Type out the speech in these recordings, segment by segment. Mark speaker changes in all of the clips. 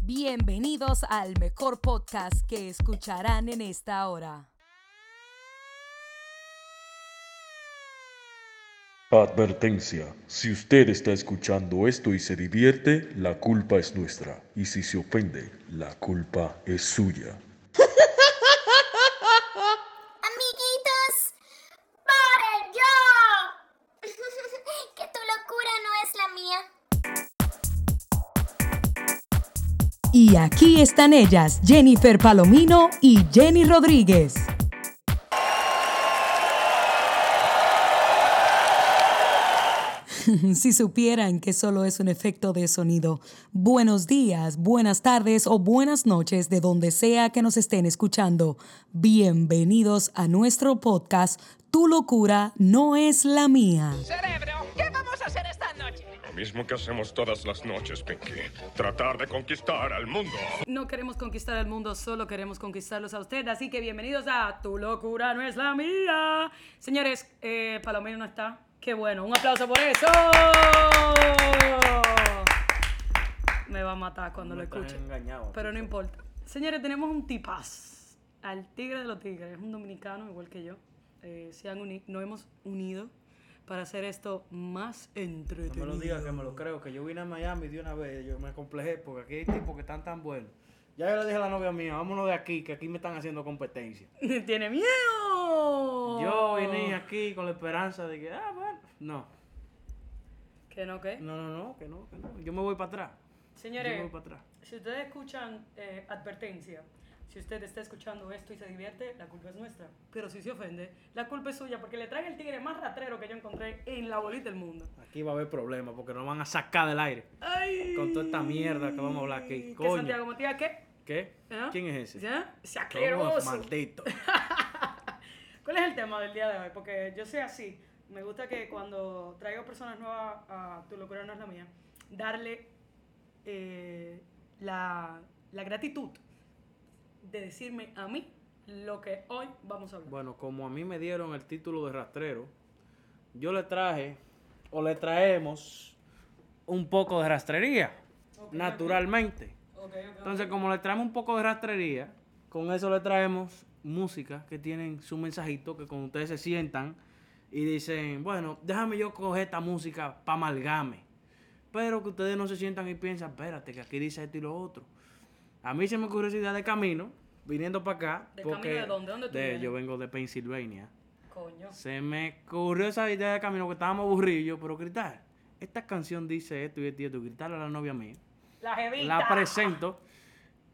Speaker 1: Bienvenidos al mejor podcast que escucharán en esta hora.
Speaker 2: Advertencia, si usted está escuchando esto y se divierte, la culpa es nuestra. Y si se ofende, la culpa es suya.
Speaker 3: Amiguitos, por el yo. que tu locura no es la mía.
Speaker 1: Y aquí están ellas, Jennifer Palomino y Jenny Rodríguez. si supieran que solo es un efecto de sonido. Buenos días, buenas tardes o buenas noches de donde sea que nos estén escuchando. Bienvenidos a nuestro podcast Tu locura no es la mía.
Speaker 4: Cerebro, ¿qué vamos a hacer esta noche?
Speaker 5: Lo mismo que hacemos todas las noches, Pinky. Tratar de conquistar al mundo.
Speaker 6: No queremos conquistar el mundo, solo queremos conquistarlos a usted. Así que bienvenidos a Tu locura no es la mía. Señores, eh, Palomino no está. Qué bueno, un aplauso por eso. Me va a matar cuando lo escuche. Pero no importa. Señores, tenemos un tipaz. Al tigre de los tigres. Es un dominicano, igual que yo. Eh, se han uni- nos hemos unido para hacer esto más
Speaker 7: No me
Speaker 6: entretenido.
Speaker 7: lo digas que me lo creo, que yo vine a Miami de una vez, yo me complejé porque aquí hay tipos que están tan buenos. Ya yo le dije a la novia mía, vámonos de aquí, que aquí me están haciendo competencia.
Speaker 6: ¡Tiene miedo!
Speaker 7: Yo vine aquí con la esperanza de que, ah, bueno, no,
Speaker 6: ¿Que no qué?
Speaker 7: no, no, no, que no, que no. Yo me voy para atrás.
Speaker 6: Señores,
Speaker 7: Yo voy para atrás.
Speaker 6: si ustedes escuchan eh, advertencia, si usted está escuchando esto y se divierte, la culpa es nuestra. Pero si se ofende, la culpa es suya porque le traen el tigre más rastrero que yo encontré en la bolita del mundo.
Speaker 7: Aquí va a haber problemas porque nos van a sacar del aire.
Speaker 6: ¡Ay!
Speaker 7: Con toda esta mierda que vamos a hablar aquí,
Speaker 6: ¿Qué
Speaker 7: coño.
Speaker 6: Santiago Matías qué?
Speaker 7: ¿Qué?
Speaker 6: ¿Ah?
Speaker 7: ¿Quién es ese?
Speaker 6: ¿Ya? ¡Se
Speaker 7: Todos
Speaker 6: asqueroso!
Speaker 7: malditos.
Speaker 6: ¿Cuál es el tema del día de hoy? Porque yo soy así. Me gusta que cuando traigo personas nuevas a Tu Locura No es la Mía, darle eh, la, la gratitud de decirme a mí lo que hoy vamos a hablar.
Speaker 7: Bueno, como a mí me dieron el título de rastrero, yo le traje o le traemos un poco de rastrería, naturalmente. Entonces, como le traemos un poco de rastrería, con eso le traemos música que tienen su mensajito, que con ustedes se sientan y dicen, bueno, déjame yo coger esta música para amalgame. Pero que ustedes no se sientan y piensan, espérate, que aquí dice esto y lo otro. A mí se me ocurrió esa idea de camino, viniendo para acá.
Speaker 6: ¿De camino de dónde? ¿Dónde tú
Speaker 7: de-
Speaker 6: vienes?
Speaker 7: Yo vengo de Pensilvania.
Speaker 6: Coño.
Speaker 7: Se me ocurrió esa idea de camino que estábamos aburridos. y yo, Pero gritar, esta canción dice esto y esto y esto. Gritarle a la novia mía.
Speaker 6: La jevita.
Speaker 7: La presento.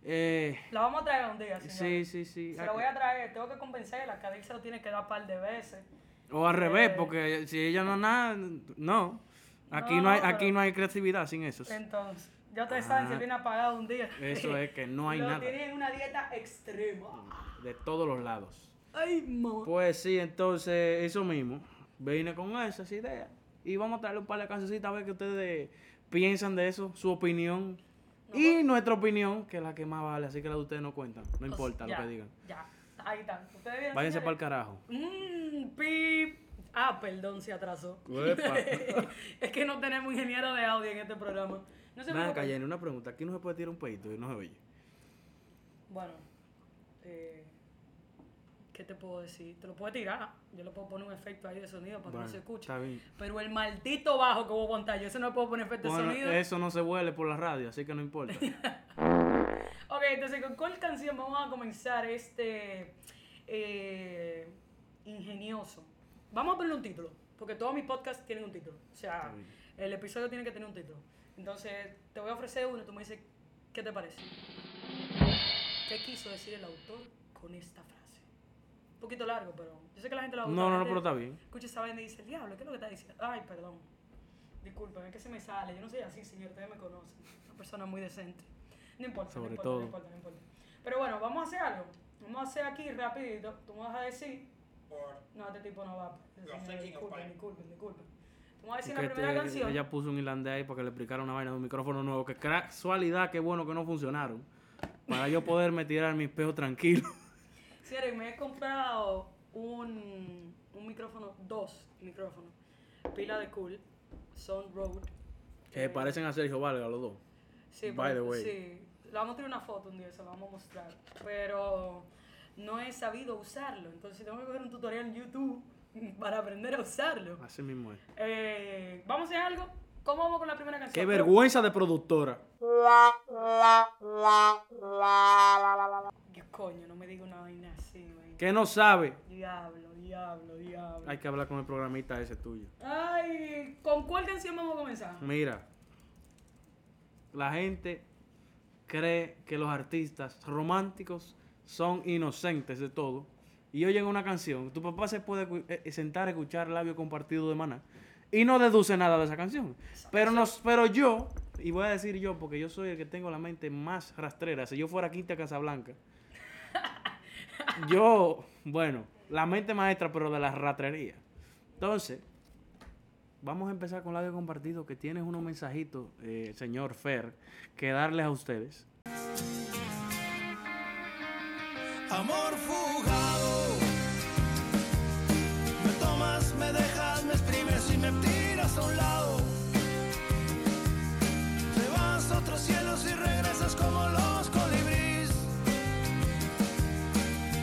Speaker 7: Eh,
Speaker 6: La vamos a traer un día,
Speaker 7: sí,
Speaker 6: señor.
Speaker 7: sí, sí.
Speaker 6: Se la voy a traer. Tengo que convencerla que a Dick se lo tiene que dar un par de veces.
Speaker 7: O al revés, porque si ella no es nada, no. Aquí no,
Speaker 6: No,
Speaker 7: hay,
Speaker 6: pero-
Speaker 7: aquí no hay creatividad sin eso.
Speaker 6: Entonces, ya ustedes saben, se viene apagado un día.
Speaker 7: Ah. Eso es que no hay
Speaker 6: Lo
Speaker 7: nada.
Speaker 6: tienen en una dieta extrema.
Speaker 7: De todos los lados.
Speaker 6: Ay, mamá.
Speaker 7: Pues sí, entonces, eso mismo. Vine con esas ideas. Y vamos a traerle un par de cancioncitas a ver qué ustedes piensan de eso, su opinión. y nuestra opinión, que es la que más vale, así que la de ustedes no cuentan. No importa lo
Speaker 6: Ya,
Speaker 7: que digan.
Speaker 6: Ya, ahí están. Ustedes vieron,
Speaker 7: Váyanse para el
Speaker 6: señores.
Speaker 7: carajo.
Speaker 6: Mm, pip. Ah, perdón, se atrasó.
Speaker 7: Uepa.
Speaker 6: es que no tenemos ingeniero de audio en este programa. No se
Speaker 7: Ven acá,
Speaker 6: preocupen.
Speaker 7: Jenny, una pregunta. Aquí no se puede tirar un peito y no se oye.
Speaker 6: Bueno, eh, ¿qué te puedo decir? Te lo puedo tirar. Yo le puedo poner un efecto ahí de sonido para que
Speaker 7: Bueno,
Speaker 6: no se escuche.
Speaker 7: está bien.
Speaker 6: Pero el maldito bajo que voy a montar, yo eso no le puedo poner efecto
Speaker 7: Bueno,
Speaker 6: de Este sonido.
Speaker 7: eso no se huele por la radio, así que no importa.
Speaker 6: Ok, entonces, ¿con cuál canción vamos a comenzar este eh, ingenioso? Vamos a ponerle un título, porque todos mis podcasts tienen un título. O sea, el episodio tiene que tener un título. Entonces, te voy a ofrecer uno y tú me dices, ¿qué te parece? ¿Qué quiso decir el autor con esta frase? Un poquito largo, pero yo sé que la gente la va a
Speaker 7: No,
Speaker 6: gustar,
Speaker 7: no,
Speaker 6: la
Speaker 7: no,
Speaker 6: gente
Speaker 7: pero está bien.
Speaker 6: Escucha esa vaina y dice, diablo, ¿qué es lo que está diciendo? Ay, perdón. Disculpen, es que se me sale. Yo no soy así, señor, ustedes me conocen. Una persona muy decente. No importa,
Speaker 7: Sobre
Speaker 6: no importa,
Speaker 7: todo.
Speaker 6: no importa, no importa. Pero bueno, vamos a hacer algo. Vamos a hacer aquí rapidito. Tú me vas a decir... No, este tipo no va. Señor, disculpen, disculpen, disculpen. Tú me vas a decir la
Speaker 7: Porque
Speaker 6: primera
Speaker 7: este-
Speaker 6: canción.
Speaker 7: Ella puso un irlandés ahí para que le explicara una vaina de un micrófono nuevo. Que casualidad, qué bueno que no funcionaron. Para yo poderme tirar mis peos tranquilo.
Speaker 6: Señores, me he comprado un, un micrófono, dos micrófonos. Pila de cool, Sound Road.
Speaker 7: Que se parecen a Eh, Sergio Valga los dos.
Speaker 6: Sí,
Speaker 7: By
Speaker 6: pero-
Speaker 7: the way.
Speaker 6: sí, Le vamos a tirar una foto un día, se la vamos a mostrar. Pero no he sabido usarlo. Entonces tengo que coger un tutorial en YouTube para aprender a usarlo.
Speaker 7: Así mismo es.
Speaker 6: Eh, vamos a hacer algo. ¿Cómo vamos con la primera canción?
Speaker 7: Qué
Speaker 6: Pero-
Speaker 7: vergüenza de productora.
Speaker 6: ¿Qué coño? No me diga una vaina así, güey.
Speaker 7: Que no sabe.
Speaker 6: Diablo, diablo, diablo.
Speaker 7: Hay que hablar con el programista ese tuyo.
Speaker 6: Ay, ¿con cuál canción vamos a comenzar?
Speaker 7: Mira, la gente cree que los artistas románticos son inocentes de todo. Y oyen una canción, tu papá se puede cu- eh, sentar a escuchar labio compartido de maná y no deduce nada de esa canción. Pero, nos, pero yo, y voy a decir yo, porque yo soy el que tengo la mente más rastrera. Si yo fuera Quinta Casablanca, yo, bueno, la mente maestra, pero de la ratrería. Entonces, Vamos a empezar con labio compartido, que tienes unos mensajitos, eh, señor Fer, que darles a ustedes.
Speaker 8: amor fugado. Me tomas, me dejas, me exprimes y me tiras a un lado. Te vas a otros cielos y regresas como los colibríes.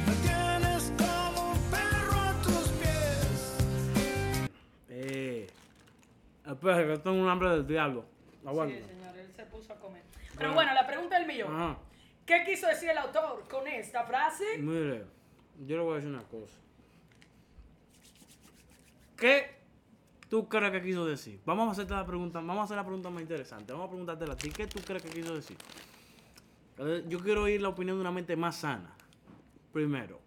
Speaker 8: Me tienes como un perro a tus pies.
Speaker 7: Eh, espera, que esto es un hambre del diablo. Aguanta.
Speaker 6: Sí, señor, él se puso a comer. Pero bueno, la pregunta del millón.
Speaker 7: Ajá.
Speaker 6: ¿Qué quiso decir el autor con esta frase?
Speaker 7: Mire, yo le voy a decir una cosa. ¿Qué tú crees que quiso decir? Vamos a hacerte la pregunta, vamos a hacer la pregunta más interesante. Vamos a preguntártela a ti. ¿Qué tú crees que quiso decir? Eh, Yo quiero oír la opinión de una mente más sana. Primero.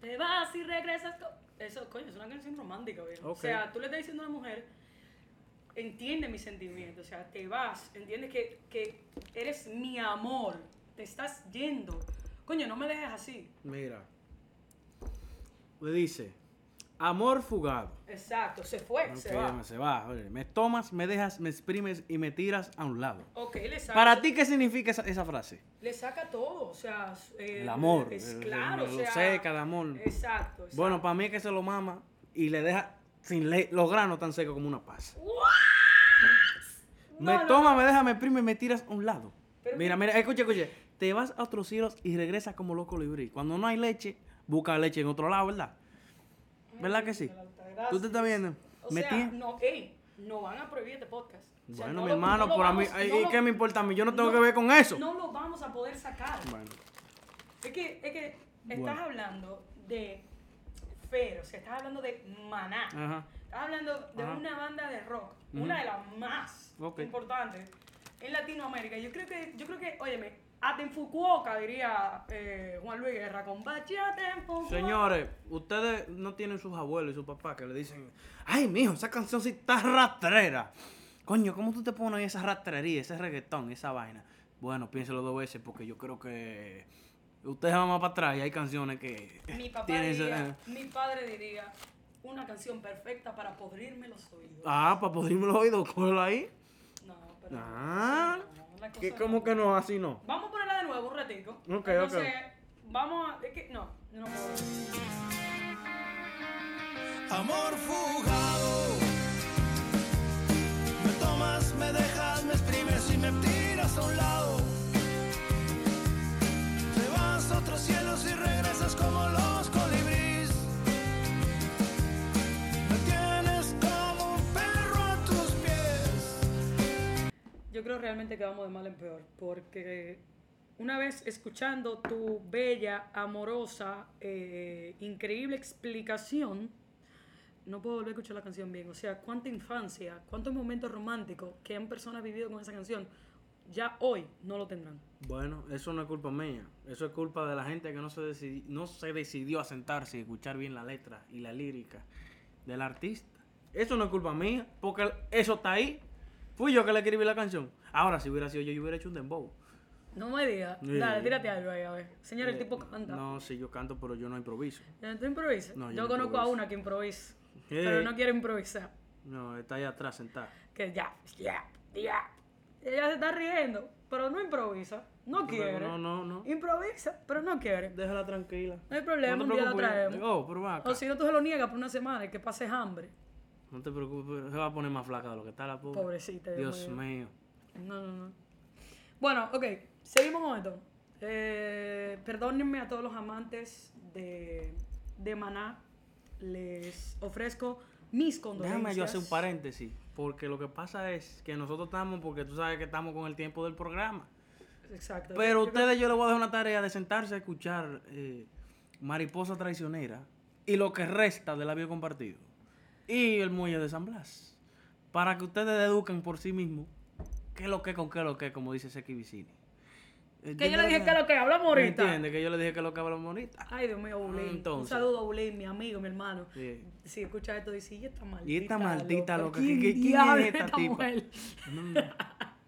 Speaker 6: Te vas y regresas. co- Eso, coño, es una canción romántica, viejo.
Speaker 7: Ok.
Speaker 6: O sea, tú le estás diciendo a una mujer, entiende mis sentimientos. O sea, te vas, entiendes que, que eres mi amor. Te estás yendo. Coño, no me dejes así.
Speaker 7: Mira. Le dice, amor fugado.
Speaker 6: Exacto, se fue, se
Speaker 7: Ok,
Speaker 6: va.
Speaker 7: se va, oye, Me tomas, me dejas, me exprimes y me tiras a un lado.
Speaker 6: Ok, le saca.
Speaker 7: Para ti, ¿qué significa esa, esa frase?
Speaker 6: Le saca todo, o sea. eh,
Speaker 7: El amor.
Speaker 6: Es
Speaker 7: el-
Speaker 6: claro,
Speaker 7: lo
Speaker 6: o sea.
Speaker 7: seca, el amor.
Speaker 6: Exacto. exacto.
Speaker 7: Bueno, para mí es que se lo mama y le deja sin ley, los granos tan secos como una pasa. Me
Speaker 6: No, no,
Speaker 7: toma, me deja, me exprime y me tiras a un lado.
Speaker 6: Pero-
Speaker 7: mira, mira, escucha, escucha. Te vas a otros cielos y regresas como loco colibrí. Cuando no hay leche, busca leche en otro lado, ¿verdad? ¿Verdad que sí?
Speaker 6: de la Altagracia.
Speaker 7: ¿Tú te estás viendo?
Speaker 6: O
Speaker 7: Me
Speaker 6: sea,
Speaker 7: tienes-
Speaker 6: no, ey, no van a prohibir este podcast. O sea,
Speaker 7: Bueno,
Speaker 6: no
Speaker 7: mi
Speaker 6: lo-
Speaker 7: hermano,
Speaker 6: no lo
Speaker 7: por a mí,
Speaker 6: vamos-
Speaker 7: ay,
Speaker 6: no
Speaker 7: ¿y
Speaker 6: lo-
Speaker 7: qué me importa a mí? Yo no tengo que ver con eso.
Speaker 6: No lo vamos a poder sacar.
Speaker 7: Bueno,
Speaker 6: Es que, es que estás
Speaker 7: Bueno.
Speaker 6: hablando de Fer, o sea, estás hablando de Maná.
Speaker 7: ajá.
Speaker 6: Estás hablando de
Speaker 7: Ah. Ajá.
Speaker 6: una banda de rock, una de las más
Speaker 7: Ok.
Speaker 6: importantes en Latinoamérica. Yo creo que, yo creo que, óyeme, hasta en Fukuoka diría eh, Juan Luis Guerra con bachata en Fukuoka.
Speaker 7: Señores, ustedes no tienen sus abuelos y sus papás que le dicen, ay, mijo, esa canción sí está rastrera. Coño, ¿cómo tú te pones ahí esa rastrería, ese reggaetón, esa vaina? Bueno, piénselo dos veces porque yo creo que ustedes van más para atrás y hay canciones que
Speaker 6: Mi papá
Speaker 7: tienen ese- eh.
Speaker 6: diría, mi padre diría, una canción perfecta para podrirme los oídos.
Speaker 7: Ah, para poderme los oídos, cógelo ahí.
Speaker 6: No, pero...
Speaker 7: Ah,
Speaker 6: no, la
Speaker 7: que
Speaker 6: cosa
Speaker 7: como que no, así no.
Speaker 6: Vamos a ponerla de nuevo un ratico.
Speaker 7: ok.
Speaker 6: Entonces, vamos a... Es que, no, no puedo.
Speaker 8: Amor fugado. Me tomas, me dejas, me exprimes y me tiras a un lado. Te vas a otros cielos y regresas como los colibríes. Me tienes como un perro a tus pies.
Speaker 6: Yo creo realmente que vamos de mal en peor, porque una vez escuchando tu bella, amorosa, eh, increíble explicación, no puedo volver a escuchar la canción bien. O sea, cuánta infancia, cuántos momentos románticos que han personas vivido con esa canción, ya hoy no lo tendrán.
Speaker 7: Bueno, eso no es culpa mía. Eso es culpa de la gente que no se, decidi- no se decidió a sentarse y escuchar bien la letra y la lírica del artista. Eso no es culpa mía, porque eso está ahí. Fui yo que le escribí la canción. Ahora, si hubiera sido yo, yo hubiera hecho un dembow.
Speaker 6: No me digas.
Speaker 7: Sí.
Speaker 6: Dale, tírate algo ahí, a ver. Señor, el
Speaker 7: Eh,
Speaker 6: tipo canta.
Speaker 7: No, sí, yo canto, pero yo no improviso.
Speaker 6: ¿Tú improvisas?
Speaker 7: No, yo
Speaker 6: yo
Speaker 7: no
Speaker 6: conozco a
Speaker 7: improviso. Eh.
Speaker 6: una que improvisa,
Speaker 7: Sí.
Speaker 6: pero no quiere improvisar.
Speaker 7: No, está ahí atrás sentada.
Speaker 6: que ya, ya, ya. Ella se está riendo, pero no improvisa, no quiere.
Speaker 7: no, no, no.
Speaker 6: Improvisa, pero no quiere.
Speaker 7: Déjala tranquila.
Speaker 6: No hay problema,
Speaker 7: te
Speaker 6: un día la
Speaker 7: preocupes.
Speaker 6: traemos.
Speaker 7: Oh, pero va acá.
Speaker 6: O si no, tú se lo niegas por una semana y que pases hambre.
Speaker 7: No te preocupes, se va a poner más flaca de lo que está la pobre.
Speaker 6: Pobrecita, Dios
Speaker 7: Dios mío.
Speaker 6: No, no, no. Bueno, ok, seguimos con esto. Eh, perdónenme a todos los amantes de, de Maná. Les ofrezco mis condolencias.
Speaker 7: Déjame yo hacer un paréntesis, porque lo que pasa es que nosotros estamos, porque tú sabes que estamos con el tiempo del programa.
Speaker 6: Exacto.
Speaker 7: Pero
Speaker 6: Yo creo-
Speaker 7: ustedes yo les voy a dejar una tarea de sentarse a escuchar eh, Mariposa Traicionera y lo que resta del labio compartido y el muelle de San Blas. Para que ustedes deduzcan por sí mismos qué lo que con qué lo que, como dice Seki Vicini. Eh,
Speaker 6: Que yo le dije que lo que hablamos ahorita.
Speaker 7: entiende que yo le dije que lo que hablamos ahorita.
Speaker 6: Ay, Dios mío, Ulín. Un
Speaker 7: Ah, Entonces.
Speaker 6: saludo a Ulín, mi amigo, mi hermano.
Speaker 7: Sí.
Speaker 6: Si escucha esto, dice, y esta maldita
Speaker 7: Y esta maldita loca,
Speaker 6: ¿Quién,
Speaker 7: ¿qué- qué- quién
Speaker 6: diablo
Speaker 7: es esta tipa?
Speaker 6: mujer?
Speaker 7: No, no, no.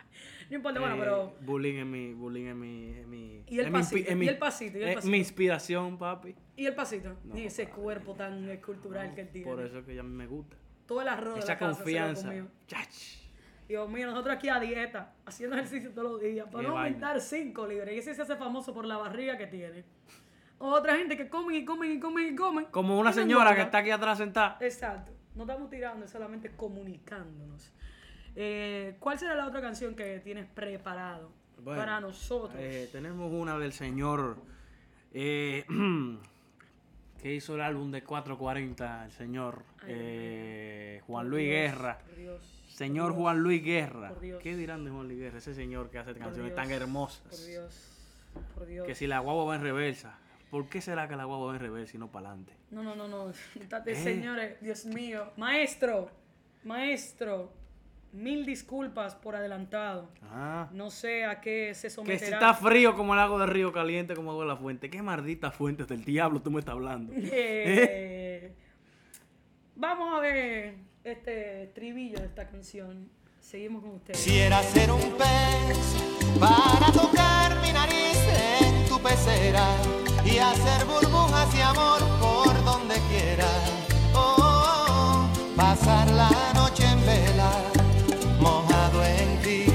Speaker 6: No importa, bueno,
Speaker 7: Eh,
Speaker 6: pero...
Speaker 7: Bullying es mi. Bullying es mi. Es mi
Speaker 6: Y el
Speaker 7: es mi inspi-
Speaker 6: pasito,
Speaker 7: es mi-
Speaker 6: y el pasito, y el
Speaker 7: es
Speaker 6: pasito.
Speaker 7: mi inspiración, papi.
Speaker 6: ¿Y el pasito?
Speaker 7: No,
Speaker 6: Ni ese
Speaker 7: madre
Speaker 6: cuerpo tan escultural que él tiene.
Speaker 7: Por eso es que ella me gusta.
Speaker 6: Todo el arroz de
Speaker 7: Esa
Speaker 6: la casa se lo
Speaker 7: confianza.
Speaker 6: comió.
Speaker 7: Chach.
Speaker 6: Dios mío, nosotros aquí a dieta, haciendo ejercicio todos los días, para
Speaker 7: Qué
Speaker 6: no
Speaker 7: vaina.
Speaker 6: aumentar 5 libras. Y ese se hace famoso por la barriga que tiene. Otra gente que comen y comen y comen y comen.
Speaker 7: Como una
Speaker 6: Y no
Speaker 7: señora que
Speaker 6: engorda.
Speaker 7: está aquí atrás sentada.
Speaker 6: Exacto. No estamos tirando, es solamente comunicándonos. Eh, ¿Cuál será la otra canción que tienes preparado
Speaker 7: Bueno,
Speaker 6: para nosotros?
Speaker 7: eh, tenemos una del señor eh, que hizo el álbum de 440, el señor
Speaker 6: Ay, Dios
Speaker 7: eh,
Speaker 6: Por
Speaker 7: Juan Luis
Speaker 6: Dios,
Speaker 7: Guerra.
Speaker 6: por Dios,
Speaker 7: Señor
Speaker 6: por
Speaker 7: Juan
Speaker 6: Dios,
Speaker 7: Luis Guerra.
Speaker 6: Por Dios.
Speaker 7: ¿Qué dirán de Juan Luis Guerra? Ese señor que hace
Speaker 6: por
Speaker 7: canciones
Speaker 6: Dios,
Speaker 7: tan hermosas.
Speaker 6: Por Dios, por Dios.
Speaker 7: Que si la guagua va en reversa. ¿Por qué será que la guagua va en reversa y no para adelante?
Speaker 6: No, no, no, no. Estate,
Speaker 7: Eh.
Speaker 6: señores, Dios mío. Maestro, maestro, mil disculpas por adelantado.
Speaker 7: Ah.
Speaker 6: No sé a qué se
Speaker 7: Que si
Speaker 6: someterá.
Speaker 7: está frío como el lago de Río, caliente como agua de la fuente. ¿Qué maldita fuente del diablo tú me estás hablando?
Speaker 6: Eh, Vamos a ver este trivillo de esta canción. Seguimos con ustedes.
Speaker 9: Quisiera ser un pez para tocar mi nariz en tu pecera y hacer burbujas y amor por donde quiera. Oh, oh, oh, pasar la noche en vela, mojado en ti.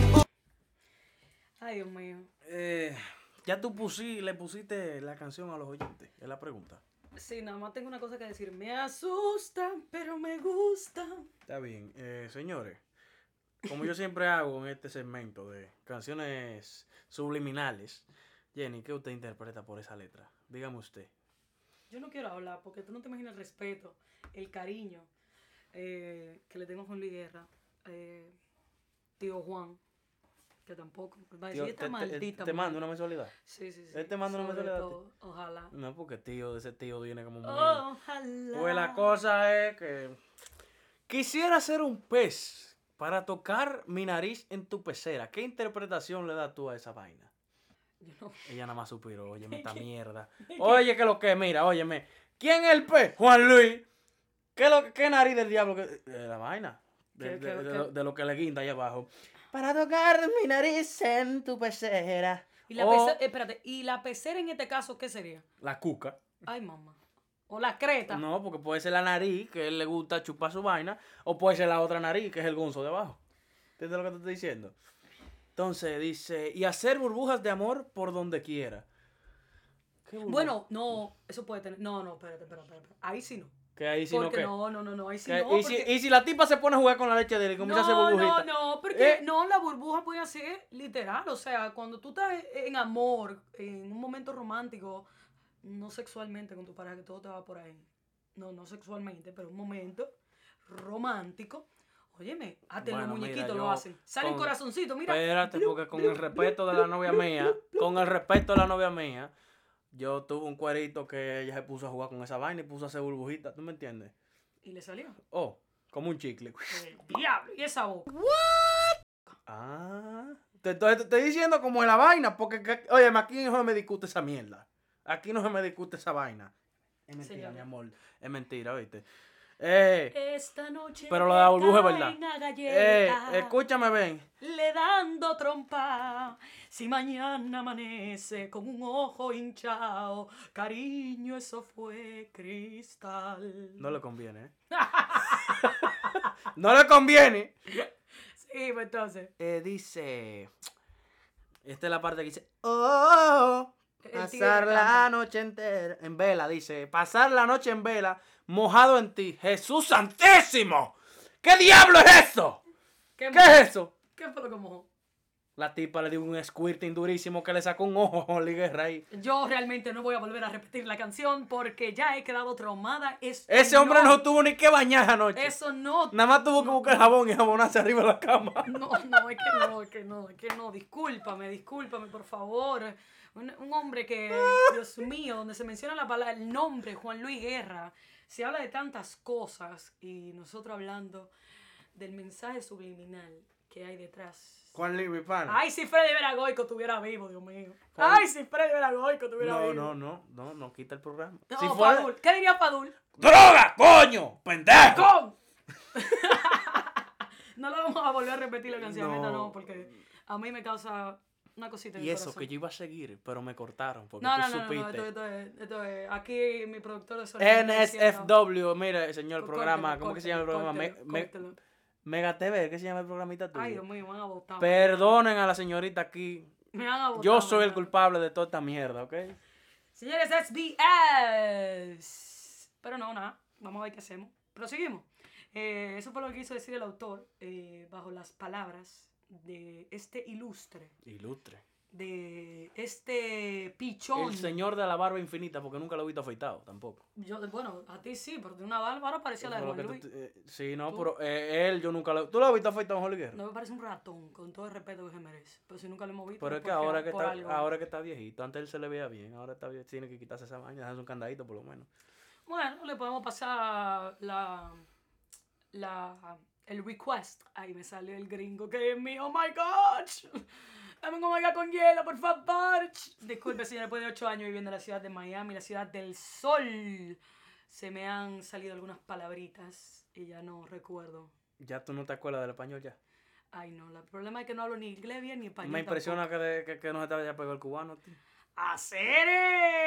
Speaker 6: Ay, Dios mío.
Speaker 7: Eh, ya tú pusí- le pusiste la canción a los oyentes, es la pregunta.
Speaker 6: Sí, nada más tengo una cosa que decir. Me asustan, pero me gustan.
Speaker 7: Está bien, eh, señores. Como yo siempre hago en este segmento de canciones subliminales, Jenny, ¿qué usted interpreta por esa letra? Dígame usted.
Speaker 6: Yo no quiero hablar porque tú no te imaginas el respeto, el cariño eh, que le tengo a Juan Luis Guerra, eh, tío Juan, que tampoco. Va a decir,
Speaker 7: Tío,
Speaker 6: "Esta
Speaker 7: te, te-
Speaker 6: maldita
Speaker 7: te
Speaker 6: mujer".
Speaker 7: mando una mensualidad.
Speaker 6: Sí, sí, sí.
Speaker 7: él te manda una
Speaker 6: sobre
Speaker 7: mensualidad a ti.
Speaker 6: todo, Ojalá.
Speaker 7: No, porque tío, ese tío viene como muy...
Speaker 6: Oh, Ojalá.
Speaker 7: Pues la cosa es que quisiera ser un pez para tocar mi nariz en tu pecera. ¿Qué interpretación le das tú a esa vaina?
Speaker 6: Yo no-
Speaker 7: Ella nada más suspiró, óyeme esta mierda. Oye, que lo que, mira, óyeme. ¿Quién es el pez? Juan Luis. ¿Qué, lo, qué nariz del diablo? que- de la vaina. De,
Speaker 6: ¿Qué-
Speaker 7: de-
Speaker 6: qué-
Speaker 7: de
Speaker 6: qué?
Speaker 7: lo- de lo que le guinda ahí abajo. Para tocar mi nariz en tu pecera.
Speaker 6: Y la,
Speaker 7: O
Speaker 6: pece- espérate, ¿y la pecera en este caso qué sería?
Speaker 7: la cuca.
Speaker 6: Ay, mamá. O la creta.
Speaker 7: No, porque puede ser la nariz, que a él le gusta chupar su vaina, o puede ser la otra nariz, que es el gonzo de abajo. ¿Entiendes lo que te estoy diciendo? Entonces dice, y hacer burbujas de amor por donde quiera. ¿Qué burbu-
Speaker 6: Bueno, no, eso puede tener. No, no, espérate, espérate, espérate. Ahí sí no.
Speaker 7: que ahí sí no
Speaker 6: Porque
Speaker 7: que.
Speaker 6: no, no, no, no, ahí sí
Speaker 7: que-
Speaker 6: no.
Speaker 7: y, si,
Speaker 6: porque-
Speaker 7: y si la tipa se pone a jugar con la leche de él y comienza a
Speaker 6: No,
Speaker 7: hacer
Speaker 6: no,
Speaker 7: burbujitas.
Speaker 6: no, porque
Speaker 7: ¿Eh?
Speaker 6: no, la burbuja puede ser literal, o sea, cuando tú estás en amor, en un momento romántico, no sexualmente con tu pareja, que todo te va por ahí, no, no sexualmente, pero un momento romántico, óyeme, hasta
Speaker 7: Bueno,
Speaker 6: los
Speaker 7: mira,
Speaker 6: muñequitos lo
Speaker 7: yo
Speaker 6: hacen, salen
Speaker 7: con-
Speaker 6: corazoncitos, mira,
Speaker 7: Espérate, porque con el respeto de la novia mía, con el respeto de la novia mía, yo tuve un cuerito que ella se puso a jugar con esa vaina y puso a hacer burbujitas, ¿tú me entiendes?
Speaker 6: y le salió,
Speaker 7: Oh, como un chicle.
Speaker 6: el diablo, y esa boca,
Speaker 7: Ah. Te, te- te estoy diciendo como en la vaina, porque que- oye, aquí no se me discute esa mierda. Aquí no se me discute esa vaina. Es mentira,
Speaker 6: Señor.
Speaker 7: mi amor. Es mentira, oíste. Eh,
Speaker 6: esta noche,
Speaker 7: pero lo de la
Speaker 6: me
Speaker 7: burbuja es
Speaker 6: cae
Speaker 7: verdad.
Speaker 6: una
Speaker 7: Eh,
Speaker 6: galleta.
Speaker 7: escúchame, ven.
Speaker 6: le dando trompa. Si mañana amanece con un ojo hinchado, cariño, eso fue cristal.
Speaker 7: No le conviene, ¿eh? no le conviene.
Speaker 6: Sí, pues entonces.
Speaker 7: Eh, dice. Esta es la parte que dice. Oh,
Speaker 6: El tigre
Speaker 7: pasar
Speaker 6: canta.
Speaker 7: la noche entera. En vela, dice. Pasar la noche en vela, mojado en ti. ¡Jesús Santísimo! ¿Qué diablo es eso?
Speaker 6: ¿Qué,
Speaker 7: ¿Qué es eso?
Speaker 6: ¿Qué fue lo que mojó?
Speaker 7: La tipa le dio un squirting durísimo que le sacó un ojo a Oli Guerra ahí.
Speaker 6: Yo realmente no voy a volver a repetir la canción porque ya he quedado traumada. Esto
Speaker 7: Ese hombre no tuvo ni que bañar anoche.
Speaker 6: Eso no.
Speaker 7: Nada más tuvo que buscar jabón y jabonarse arriba de la cama.
Speaker 6: No, no, es que no, es que no, es que no. Discúlpame, discúlpame, por favor. Un, un hombre que, Dios mío, donde se menciona la palabra, el nombre Juan Luis Guerra, se habla de tantas cosas y nosotros hablando del mensaje subliminal que hay detrás.
Speaker 7: Juan Luis, mi pana.
Speaker 6: Ay, si Freddy Veragoico estuviera vivo, Dios mío.
Speaker 7: Juan-
Speaker 6: Ay, si Freddy Veragoico estuviera
Speaker 7: no,
Speaker 6: vivo.
Speaker 7: no, no, no, no quita el programa.
Speaker 6: No,
Speaker 7: Si fuera-
Speaker 6: Padul. ¿Qué diría Padul?
Speaker 7: ¡Droga, coño! ¡Pendejo!
Speaker 6: ¡Con! no la vamos a volver a repetir la canción,
Speaker 7: No.
Speaker 6: neta, no, porque a mí me causa una cosita en
Speaker 7: Y
Speaker 6: el
Speaker 7: eso,
Speaker 6: corazón.
Speaker 7: que yo iba a seguir, pero me cortaron porque
Speaker 6: no,
Speaker 7: tú
Speaker 6: no, no, no,
Speaker 7: supiste.
Speaker 6: no, esto, esto es, esto es- aquí mi productor de sonido me está diciendo-
Speaker 7: NSFW, mira, señor, el programa,
Speaker 6: Córtelo,
Speaker 7: ¿cómo que se llama el
Speaker 6: córtelo,
Speaker 7: programa? Me-
Speaker 6: córtelo,
Speaker 7: me-
Speaker 6: córtelo.
Speaker 7: Mega TV, ¿qué se llama el programita tuyo?
Speaker 6: Ay, Dios mío, me van a votar.
Speaker 7: Perdonen a la señorita aquí.
Speaker 6: me van a votar.
Speaker 7: Yo soy el
Speaker 6: mañana.
Speaker 7: culpable de toda esta mierda, ¿ok?
Speaker 6: Señores, SBS. Pero no, nada. Vamos a ver qué hacemos. Proseguimos. Eh, eso fue lo que quiso decir el autor eh, bajo las palabras de este ilustre,
Speaker 7: Ilustre.
Speaker 6: de este pichón.
Speaker 7: El señor de la barba infinita, porque nunca lo he visto afeitado tampoco.
Speaker 6: Yo, bueno, a ti sí, pero de una barba ahora parecía la de
Speaker 7: Por lo
Speaker 6: Juan
Speaker 7: que
Speaker 6: Luis.
Speaker 7: tú- eh, sí, no, pero eh, él yo nunca lo... ¿Tú lo has visto afeitado, Jorge Guerra?
Speaker 6: No me parece un ratón, con todo el respeto que se merece. Pero si nunca lo hemos visto.
Speaker 7: Pero
Speaker 6: es
Speaker 7: es que
Speaker 6: porque-
Speaker 7: ahora que,
Speaker 6: por
Speaker 7: está,
Speaker 6: algo.
Speaker 7: ahora que está viejito, antes él se le veía bien, ahora está bien, tiene que quitarse esa vaina, dejarse un candadito por lo menos.
Speaker 6: Bueno, le podemos pasar la, la, el request. Ahí me sale el gringo que es mío. ¡Oh, my God! Dame un oh my God con hielo, por favor. Disculpe, señor, después de ocho años viviendo en la ciudad de Miami, la ciudad del sol, se me han salido algunas palabritas y ya no recuerdo.
Speaker 7: Ya tú no te acuerdas del español ya.
Speaker 6: Ay, no, la- el problema es que no hablo ni inglés bien ni español.
Speaker 7: Me impresiona que, de- que, que no se te haya pegado el cubano. tío.
Speaker 6: ¡Hacer!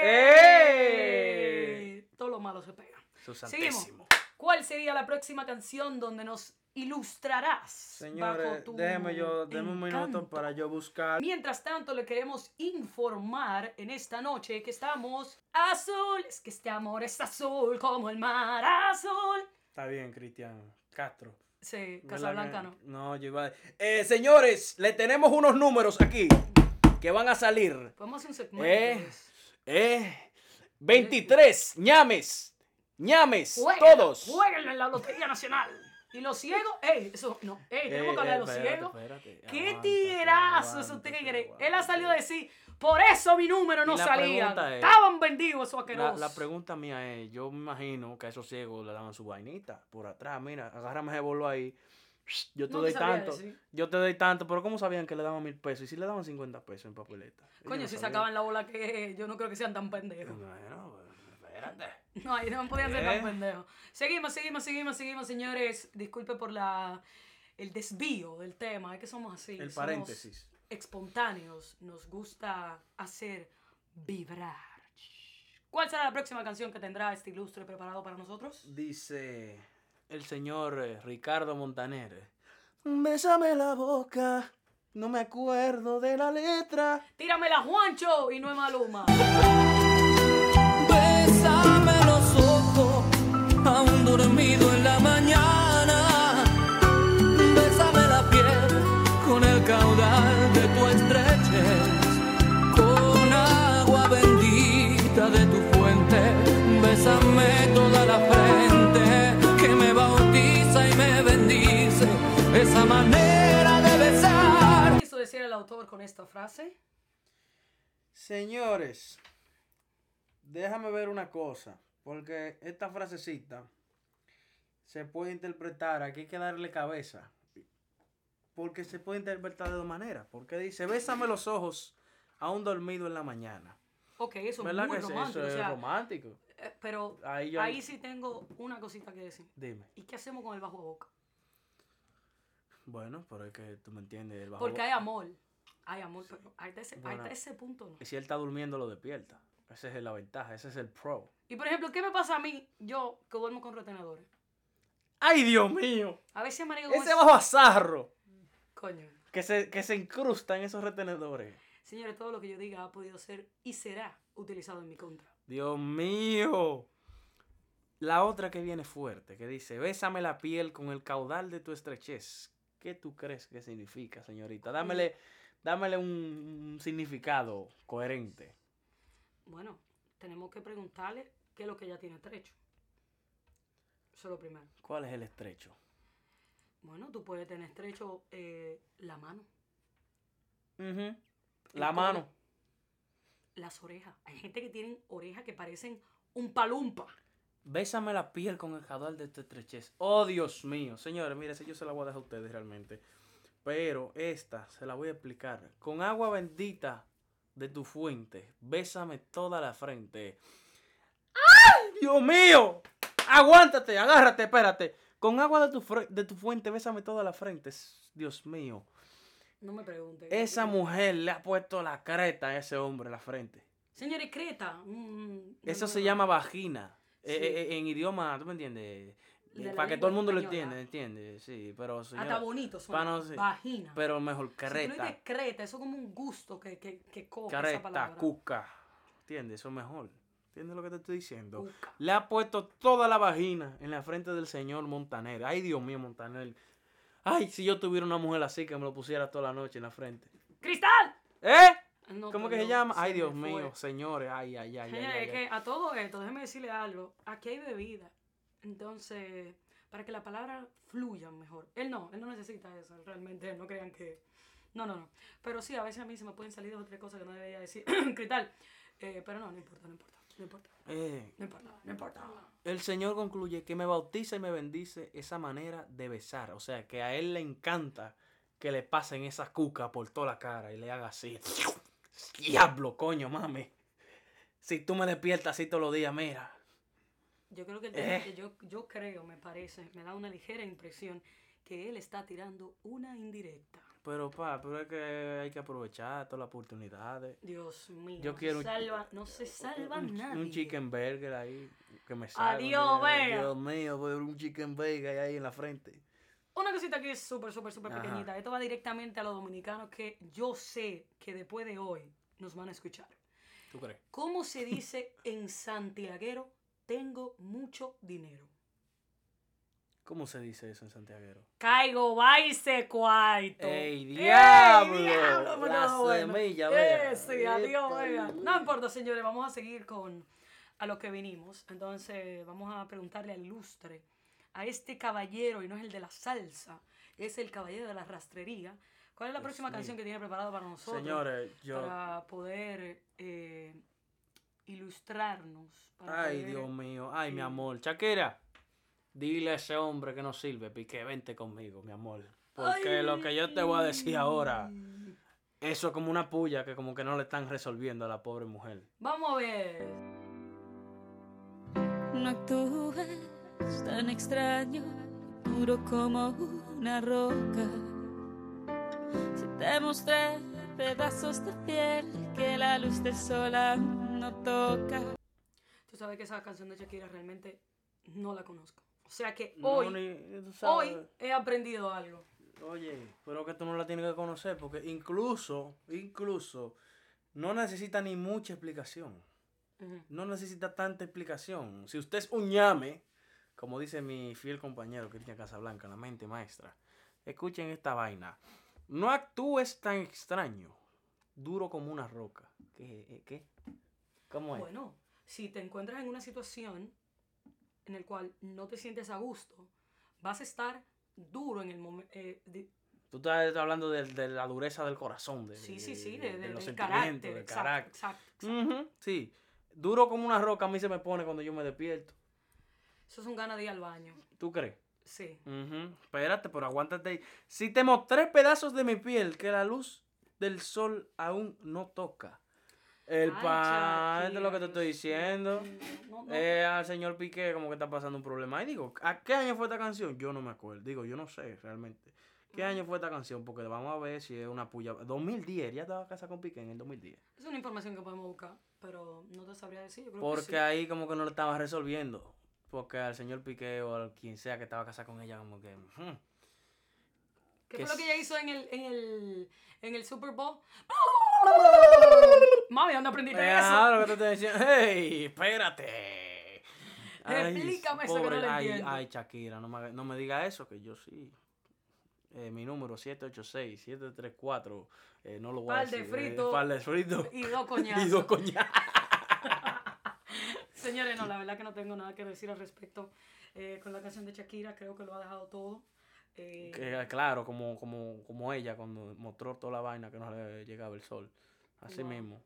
Speaker 6: e-!
Speaker 7: ¡Eh!
Speaker 6: Todo lo malo se pega.
Speaker 7: Su
Speaker 6: Seguimos.
Speaker 7: santísimo.
Speaker 6: ¿Cuál sería la próxima canción donde nos ilustrarás? bajo
Speaker 7: Señores,
Speaker 6: tu
Speaker 7: déjeme yo, déme un minuto
Speaker 6: encanto?
Speaker 7: para yo buscar.
Speaker 6: Mientras tanto, le queremos informar en esta noche que estamos azul. Es que este amor es azul como el mar azul.
Speaker 7: Está bien, Cristian Castro.
Speaker 6: Sí,
Speaker 7: ¿Verdad
Speaker 6: Casablanca no.
Speaker 7: que- No, yo iba a- Eh, señores, le tenemos unos números aquí que van a salir.
Speaker 6: Podemos hacer un segmento. de
Speaker 7: Eh,
Speaker 6: eso.
Speaker 7: eh, 23, ñames, ñames,
Speaker 6: Juéguenla,
Speaker 7: todos.
Speaker 6: juéguenla en la Lotería Nacional. Y los ciegos, ey, eso, no, ey, tenemos
Speaker 7: Ey,
Speaker 6: que hablar de
Speaker 7: ey,
Speaker 6: los
Speaker 7: Eh, espérate,
Speaker 6: ciegos.
Speaker 7: espérate,
Speaker 6: Qué
Speaker 7: aguanta,
Speaker 6: tirazo esos
Speaker 7: aguanta,
Speaker 6: tigres.
Speaker 7: aguanta.
Speaker 6: Él ha salido a decir, por eso mi número no
Speaker 7: Y la
Speaker 6: salía.
Speaker 7: pregunta es-
Speaker 6: Estaban vendidos esos
Speaker 7: La,
Speaker 6: asquerosos.
Speaker 7: la pregunta mía es, yo me imagino que a esos ciegos le daban su vainita por atrás, mira, agárrame ese bolo ahí. Yo te
Speaker 6: No te
Speaker 7: doy
Speaker 6: sabía
Speaker 7: tanto,
Speaker 6: decir.
Speaker 7: yo te doy tanto, pero ¿cómo sabían que le daban mil pesos? Y si le daban 50 pesos en papeleta. Ellos
Speaker 6: Coño,
Speaker 7: no
Speaker 6: si
Speaker 7: sabían.
Speaker 6: sacaban la bola que yo no creo que sean tan pendejos.
Speaker 7: Bueno, espérate.
Speaker 6: No, ahí no podían ser tan
Speaker 7: Eh.
Speaker 6: pendejos. Seguimos, seguimos, seguimos, seguimos, señores. Disculpe por la el desvío del tema. Es que somos así.
Speaker 7: El
Speaker 6: somos
Speaker 7: paréntesis.
Speaker 6: Espontáneos. Nos gusta hacer vibrar. ¿Cuál será la próxima canción que tendrá este ilustre preparado para nosotros?
Speaker 7: Dice el señor eh, Ricardo Montaner. eh, Bésame la boca, no me acuerdo de la letra.
Speaker 6: Tíramela, Juancho, y no es Maluma.
Speaker 10: Bésame los ojos, aún dormido en la mañana. Bésame la piel con el caudal de tu estrechez, con agua bendita de tu fuente. Bésame toda la frente que me bautiza y me bendice. Esa manera de besar.
Speaker 6: ¿Qué quiso decir el autor con esta frase?
Speaker 7: Señores, déjame ver una cosa, porque esta frasecita se puede interpretar, aquí hay que darle cabeza, porque se puede interpretar de dos maneras, porque dice, bésame los ojos, aún dormido en la mañana.
Speaker 6: Ok, eso es
Speaker 7: ¿Verdad
Speaker 6: muy
Speaker 7: que sí?
Speaker 6: romántico.
Speaker 7: eso
Speaker 6: o
Speaker 7: es
Speaker 6: sea,
Speaker 7: romántico?
Speaker 6: eh, pero
Speaker 7: Ahí
Speaker 6: ahí,
Speaker 7: yo-
Speaker 6: sí tengo una cosita que decir.
Speaker 7: Dime.
Speaker 6: ¿Y qué hacemos con el bajo boca?
Speaker 7: Bueno, pero es que tú me entiendes. El bajo
Speaker 6: Porque
Speaker 7: bo-
Speaker 6: hay amor. Hay amor, pero hasta ese,
Speaker 7: Bueno.
Speaker 6: hasta ese punto no.
Speaker 7: Si él está durmiendo, lo despierta. Esa es la ventaja, ese es el pro.
Speaker 6: Y por ejemplo, ¿qué me pasa a mí? Yo que duermo con retenedores.
Speaker 7: ¡Ay, Dios mío!
Speaker 6: A veces me como
Speaker 7: Ese bajo azarro
Speaker 6: Coño.
Speaker 7: que se, que se incrusta en esos retenedores.
Speaker 6: Señores, todo lo que yo diga ha podido ser y será utilizado en mi contra.
Speaker 7: Dios mío. La otra que viene fuerte, que dice, bésame la piel con el caudal de tu estrechez. ¿Qué tú crees que significa, señorita? Dámele, dámele un, un significado coherente.
Speaker 6: Bueno, tenemos que preguntarle qué es lo que ella tiene estrecho. Eso es lo primero.
Speaker 7: ¿Cuál es el estrecho?
Speaker 6: Bueno, tú puedes tener estrecho eh, la mano,
Speaker 7: Ujú. La mano.
Speaker 6: las orejas. Hay gente que tienen orejas que parecen un palumpa.
Speaker 7: Bésame la piel con el jadal de esta estrechez. Oh, Dios mío. Señores, mire, esa yo se la voy a dejar a ustedes realmente. Pero esta se la voy a explicar. Con agua bendita de tu fuente, bésame toda la frente. ¡Ay, Dios mío! Aguántate, agárrate, espérate. Con agua de tu, fre- de tu fuente, bésame toda la frente. S- Dios mío.
Speaker 6: No me preguntes.
Speaker 7: Esa mujer le ha puesto la creta a ese hombre en la frente.
Speaker 6: Señores, Creta. mm, no,
Speaker 7: Eso
Speaker 6: no,
Speaker 7: se
Speaker 6: no.
Speaker 7: llama vagina.
Speaker 6: Sí.
Speaker 7: Eh, eh, eh, en idioma, ¿tú me entiendes?
Speaker 6: De la
Speaker 7: para que todo el mundo
Speaker 6: lengua
Speaker 7: lo entienda,
Speaker 6: española.
Speaker 7: ¿entiendes? Sí, pero señora,
Speaker 6: Hasta bonito
Speaker 7: pa'
Speaker 6: suena.
Speaker 7: no ser-
Speaker 6: Vagina.
Speaker 7: Pero mejor
Speaker 6: Si tú le
Speaker 7: careta.
Speaker 6: dices Creta, eso es como un gusto que, que, que coge esa
Speaker 7: Careta,
Speaker 6: palabra.
Speaker 7: cuca. ¿Entiendes? Eso es mejor. ¿Entiendes lo que te estoy diciendo?
Speaker 6: Cuca.
Speaker 7: Le ha puesto toda la vagina en la frente del señor Montaner. Ay, Dios mío, Montaner. Ay, si yo tuviera una mujer así que me lo pusiera toda la noche en la frente.
Speaker 6: ¡Cristal!
Speaker 7: ¿Eh?
Speaker 6: No,
Speaker 7: ¿Cómo que
Speaker 6: perdón,
Speaker 7: se llama? Ay,
Speaker 6: me
Speaker 7: Dios
Speaker 6: fue.
Speaker 7: mío, señores. Ay, ay, ay, ay,
Speaker 6: Señores,
Speaker 7: ay,
Speaker 6: es
Speaker 7: ay.
Speaker 6: que a todo esto, déjeme decirle algo. Aquí hay bebida. Entonces, para que la palabra fluya mejor. Él no, él no necesita eso, realmente. No crean que. No, no, no. Pero sí, a veces a mí se me pueden salir dos o tres cosas que no debería decir. Cristal. Eh, pero no, no importa, no importa. No importa,
Speaker 7: Eh,
Speaker 6: no importa, no importa.
Speaker 7: El Señor concluye que me bautiza y me bendice esa manera de besar. O sea, que a Él le encanta que le pasen esa cuca por toda la cara y le haga así. Diablo, coño, mami. Si tú me despiertas así todos los días, mira.
Speaker 6: Yo creo que él-
Speaker 7: Eh.
Speaker 6: yo, yo creo, me parece, me da una ligera impresión que él está tirando una indirecta.
Speaker 7: Pero, pa, pero es que hay que aprovechar todas las oportunidades.
Speaker 6: Dios mío.
Speaker 7: Yo quiero un-
Speaker 6: salva, no se salva
Speaker 7: un,
Speaker 6: nadie.
Speaker 7: un chicken burger ahí que me salga.
Speaker 6: Adiós, vea.
Speaker 7: Dios mío, pero un chicken burger ahí en la frente.
Speaker 6: Una cosita que es súper, súper, súper
Speaker 7: Ajá.
Speaker 6: pequeñita. Esto va directamente a los dominicanos que yo sé que después de hoy nos van a escuchar.
Speaker 7: ¿Tú crees?
Speaker 6: ¿Cómo se dice en santiaguero? Tengo mucho dinero.
Speaker 7: ¿Cómo se dice eso en Santiago?
Speaker 6: Caigo baise cuarto.
Speaker 7: ¡Ey, diablo!
Speaker 6: diablo!
Speaker 7: La
Speaker 6: No, bueno.
Speaker 7: semilla, vea.
Speaker 6: Eh, sí, adiós,
Speaker 7: Epa,
Speaker 6: vea.
Speaker 7: Dios.
Speaker 6: No importa, señores, vamos a seguir con a lo que vinimos. Entonces, vamos a preguntarle al lustre, a este caballero, y no es el de la salsa, es el caballero de la rastrería. ¿Cuál es la
Speaker 7: Dios
Speaker 6: próxima
Speaker 7: mío.
Speaker 6: canción que tiene preparada para nosotros?
Speaker 7: Señores, yo.
Speaker 6: Para poder eh, ilustrarnos. para
Speaker 7: Ay,
Speaker 6: poder-
Speaker 7: Dios mío. Ay, mi
Speaker 6: Sí.
Speaker 7: amor. Shakira, dile a ese hombre que no sirve, pique, vente conmigo, mi amor. Porque lo que yo te voy a decir ahora, eso es como una puya que como que no le están resolviendo a la pobre mujer.
Speaker 6: Vamos a ver.
Speaker 11: No actúes tan extraño, duro como una roca. Si te mostré pedazos de piel que la luz del sol aún no toca.
Speaker 6: Tú sabes que esa canción de Shakira realmente no la conozco. O sea que
Speaker 7: No,
Speaker 6: hoy,
Speaker 7: ni- tú sabes.
Speaker 6: hoy he aprendido algo.
Speaker 7: Oye, pero que tú no la tienes que conocer, porque incluso, incluso, no necesita ni mucha explicación.
Speaker 6: Ujú.
Speaker 7: no necesita tanta explicación. Si usted es un ñame, como dice mi fiel compañero Cristian Casablanca, la mente maestra, escuchen esta vaina. No actúes tan extraño, duro como una roca. ¿Qué? eh, qué? ¿Cómo es?
Speaker 6: Bueno, si te encuentras en una situación en el cual no te sientes a gusto, vas a estar duro en el eh, momento.
Speaker 7: Tú estás hablando de, de la dureza del corazón, de,
Speaker 6: sí, sí, sí, de,
Speaker 7: de
Speaker 6: de-
Speaker 7: los sentimientos,
Speaker 6: del carácter.
Speaker 7: del
Speaker 6: exacto,
Speaker 7: carácter.
Speaker 6: exacto, exacto.
Speaker 7: Ujú, sí, duro como una roca a mí se me pone cuando yo me despierto.
Speaker 6: Eso es un gana de ir al baño.
Speaker 7: ¿Tú crees?
Speaker 6: Sí.
Speaker 7: Ujú, Espérate, pero aguántate. ahí. Si te mostré pedazos de mi piel que la luz del sol aún no toca. El
Speaker 6: Ay,
Speaker 7: pan, de lo que te
Speaker 6: Shakira,
Speaker 7: estoy
Speaker 6: Dios mío.
Speaker 7: diciendo.
Speaker 6: No, no.
Speaker 7: Eh, al señor Piqué como que está pasando un problema. Y digo, ¿a qué año fue esta canción? Yo no me acuerdo. Digo, yo no sé realmente. ¿Qué año fue esta canción? Porque vamos a ver si es una puya. 2010, ya estaba casada con Piqué en el 2010.
Speaker 6: Es una información que podemos buscar, pero no te sabría decir. Yo creo que sí.
Speaker 7: Porque ahí como que no lo estaba resolviendo. Porque al señor Piqué o al quien sea que estaba casada con ella como que... ujú.
Speaker 6: ¿Qué
Speaker 7: que
Speaker 6: fue lo que
Speaker 7: es-
Speaker 6: ella hizo en el, en el, en el Super Bowl? Mami, ¿dónde aprendiste
Speaker 7: Ah,
Speaker 6: eso?
Speaker 7: lo que te estoy diciendo. ¡Ey! Espérate.
Speaker 6: Explícame eso que no lo
Speaker 7: ay,
Speaker 6: entiendo.
Speaker 7: ay, Shakira, no me, haga- no me diga eso, que yo sí. eh, mi número 786-734. eh, no lo voy a
Speaker 6: Pal de
Speaker 7: decir. eh,
Speaker 6: frito.
Speaker 7: pal de frito.
Speaker 6: Y dos
Speaker 7: Y
Speaker 6: coñazos.
Speaker 7: dos coñazos.
Speaker 6: Señores, no, la verdad que no tengo nada que decir al respecto. Eh, con la canción de Shakira creo que lo ha dejado todo. Eh,
Speaker 7: Que, claro, como, como, como ella cuando mostró toda la vaina que no le llegaba el sol. Así
Speaker 6: Wow.
Speaker 7: mismo.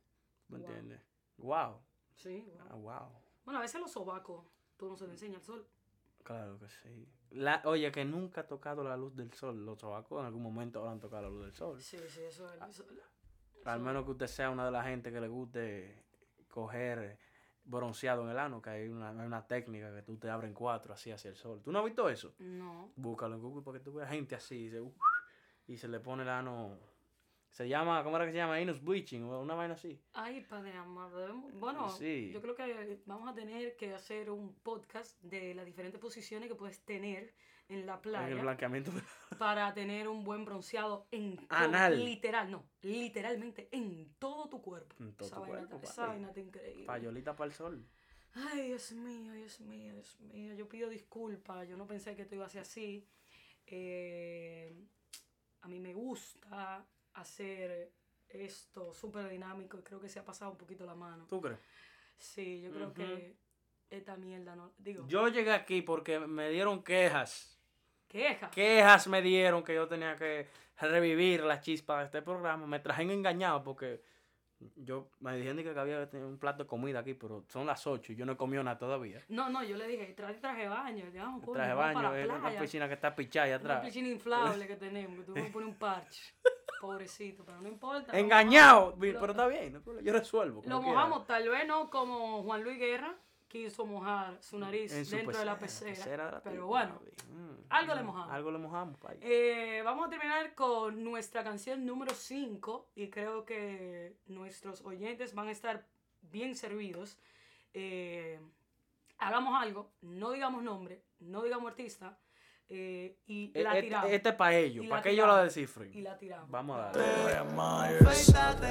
Speaker 7: ¿Me
Speaker 6: Wow.
Speaker 7: entiendes? Wow.
Speaker 6: Sí, wow.
Speaker 7: Ah, wow.
Speaker 6: Bueno, a veces los sobacos, tú no se le enseña el sol.
Speaker 7: Claro que sí. La, oye, que nunca ha tocado la luz del sol. Los tabacos en algún momento habrán tocado la luz del sol.
Speaker 6: Sí, sí, eso es. eso-
Speaker 7: Al menos que usted sea una de la gente que le guste coger bronceado en el ano, que hay una, hay una técnica que tú te abres en cuatro así hacia el sol. ¿Tú no has visto eso?
Speaker 6: No.
Speaker 7: Búscalo en Google para que tú veas gente así y se, uh, y se le pone el ano. Se llama, ¿cómo era que se llama? Anus bleaching, o una vaina así.
Speaker 6: Ay, padre amado. debemos- Bueno,
Speaker 7: Sí.
Speaker 6: yo creo que vamos a tener que hacer un podcast de las diferentes posiciones que puedes tener en la playa.
Speaker 7: En el blanqueamiento.
Speaker 6: para tener un buen bronceado en todo-
Speaker 7: Anal.
Speaker 6: literal, no, literalmente en todo tu cuerpo.
Speaker 7: En todo
Speaker 6: esa
Speaker 7: tu
Speaker 6: vaina,
Speaker 7: cuerpo,
Speaker 6: esa
Speaker 7: papi.
Speaker 6: vaina está increíble.
Speaker 7: Payolita para el sol.
Speaker 6: Ay, Dios mío, Dios mío, Dios mío. Yo pido disculpas, yo no pensé que esto iba a ser así. Eh, a mí me gusta hacer esto súper dinámico y creo que se ha pasado un poquito la mano.
Speaker 7: ¿Tú crees?
Speaker 6: Sí, yo creo que esta mierda no. Digo,
Speaker 7: Yo llegué aquí porque me dieron quejas.
Speaker 6: queja.
Speaker 7: quejas me dieron que yo tenía que revivir la chispa de este programa. Me trajeron engañado porque yo me dijeron que había tenido un plato de comida aquí, pero son las 8 y yo no he comido nada todavía.
Speaker 6: No, no, yo le dije, traje, traje baño, digamos, coño,
Speaker 7: Traje
Speaker 6: vamos para
Speaker 7: baño,
Speaker 6: la
Speaker 7: es una
Speaker 6: playa.
Speaker 7: piscina que está pichada ahí
Speaker 6: Una
Speaker 7: atrás.
Speaker 6: piscina inflable que tenemos, que tú me poner un parche. Pobrecito, pero no importa.
Speaker 7: Engañado, vi-
Speaker 6: Lo-
Speaker 7: pero está bien, no hay problema, yo resuelvo. como
Speaker 6: Lo
Speaker 7: quiera.
Speaker 6: mojamos, tal vez no como Juan Luis Guerra quiso mojar su nariz
Speaker 7: En su
Speaker 6: dentro de la
Speaker 7: pecera,
Speaker 6: pecera.
Speaker 7: pecera de la tipa,
Speaker 6: pero bueno,
Speaker 7: Mm,
Speaker 6: algo le
Speaker 7: mm,
Speaker 6: mojamos.
Speaker 7: Algo le mojamos, pa' ahí.
Speaker 6: eh, vamos a terminar con nuestra canción número 5 y creo que nuestros oyentes van a estar bien servidos. Eh, hagamos algo, no digamos nombre, no digamos artista eh, y
Speaker 7: E-
Speaker 6: la
Speaker 7: este-
Speaker 6: tiramos.
Speaker 7: este es pa' ellos,
Speaker 6: Y
Speaker 7: pa' que ellos la
Speaker 6: tiramos.
Speaker 7: descifren.
Speaker 6: Y la tiramos.
Speaker 7: Vamos a darle.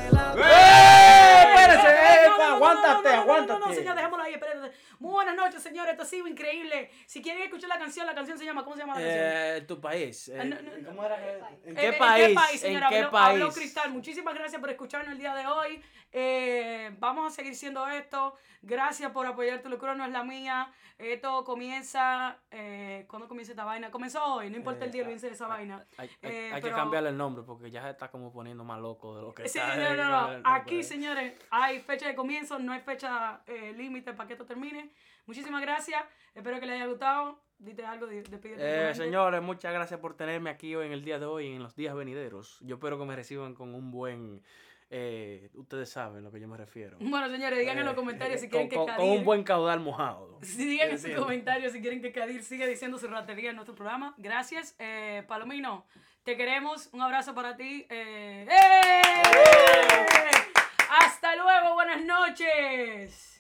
Speaker 6: ¡Eh,
Speaker 7: espérese,
Speaker 6: espérate,
Speaker 7: eh,
Speaker 6: no, no, no,
Speaker 7: aguántate,
Speaker 6: no, no, no, No, no,
Speaker 7: aguántate.
Speaker 6: no, señor, dejémoslo ahí, espérate. Muy buenas noches, señores, esto ha sido increíble. Si quieren escuchar la canción, la canción se llama, ¿cómo se llama la canción?
Speaker 7: Eh, tu país. eh,
Speaker 6: Ah, no, no, no.
Speaker 7: ¿Cómo era que- ¿En
Speaker 6: Eh,
Speaker 7: qué país?
Speaker 6: ¿En qué país, señora?
Speaker 7: ¿En qué
Speaker 6: Habló- habló
Speaker 7: país?
Speaker 6: Cristal, muchísimas gracias por escucharnos el día de hoy. Eh, vamos a seguir siendo esto. Gracias por apoyar tu locura, no es la mía. Esto comienza. Eh, ¿Cuándo comienza esta vaina? Comenzó hoy, no importa el día,
Speaker 7: Eh,
Speaker 6: olvídense de esa vaina.
Speaker 7: Hay, hay-
Speaker 6: Eh,
Speaker 7: hay
Speaker 6: pero-
Speaker 7: que cambiarle el nombre porque ya se está como poniendo más loco de lo que
Speaker 6: Sí,
Speaker 7: está.
Speaker 6: no,
Speaker 7: Hay que
Speaker 6: no,
Speaker 7: cambiarle
Speaker 6: no.
Speaker 7: el nombre.
Speaker 6: Aquí, señores, hay fecha de comienzo, no hay fecha eh, límite para que esto termine. Muchísimas gracias. Espero que les haya gustado. Dite algo, di- despídete. de la
Speaker 7: Eh,
Speaker 6: gente.
Speaker 7: señores, muchas gracias por tenerme aquí hoy en el día de hoy y en los días venideros. Yo espero que me reciban con un buen. eh, ustedes saben a lo que yo me refiero.
Speaker 6: Bueno, señores, digan en los
Speaker 7: Eh,
Speaker 6: comentarios si
Speaker 7: con-
Speaker 6: quieren que
Speaker 7: con, con
Speaker 6: Kadir-
Speaker 7: un buen caudal mojado.
Speaker 6: Sí, digan en sus
Speaker 7: Entiendo.
Speaker 6: comentarios si quieren que Kadir siga diciendo su ratería en nuestro programa. Gracias, eh, Palomino. Te queremos. Un abrazo para ti.
Speaker 7: ¡Eh!
Speaker 6: Eh, ¡eh! Hasta luego. Buenas noches.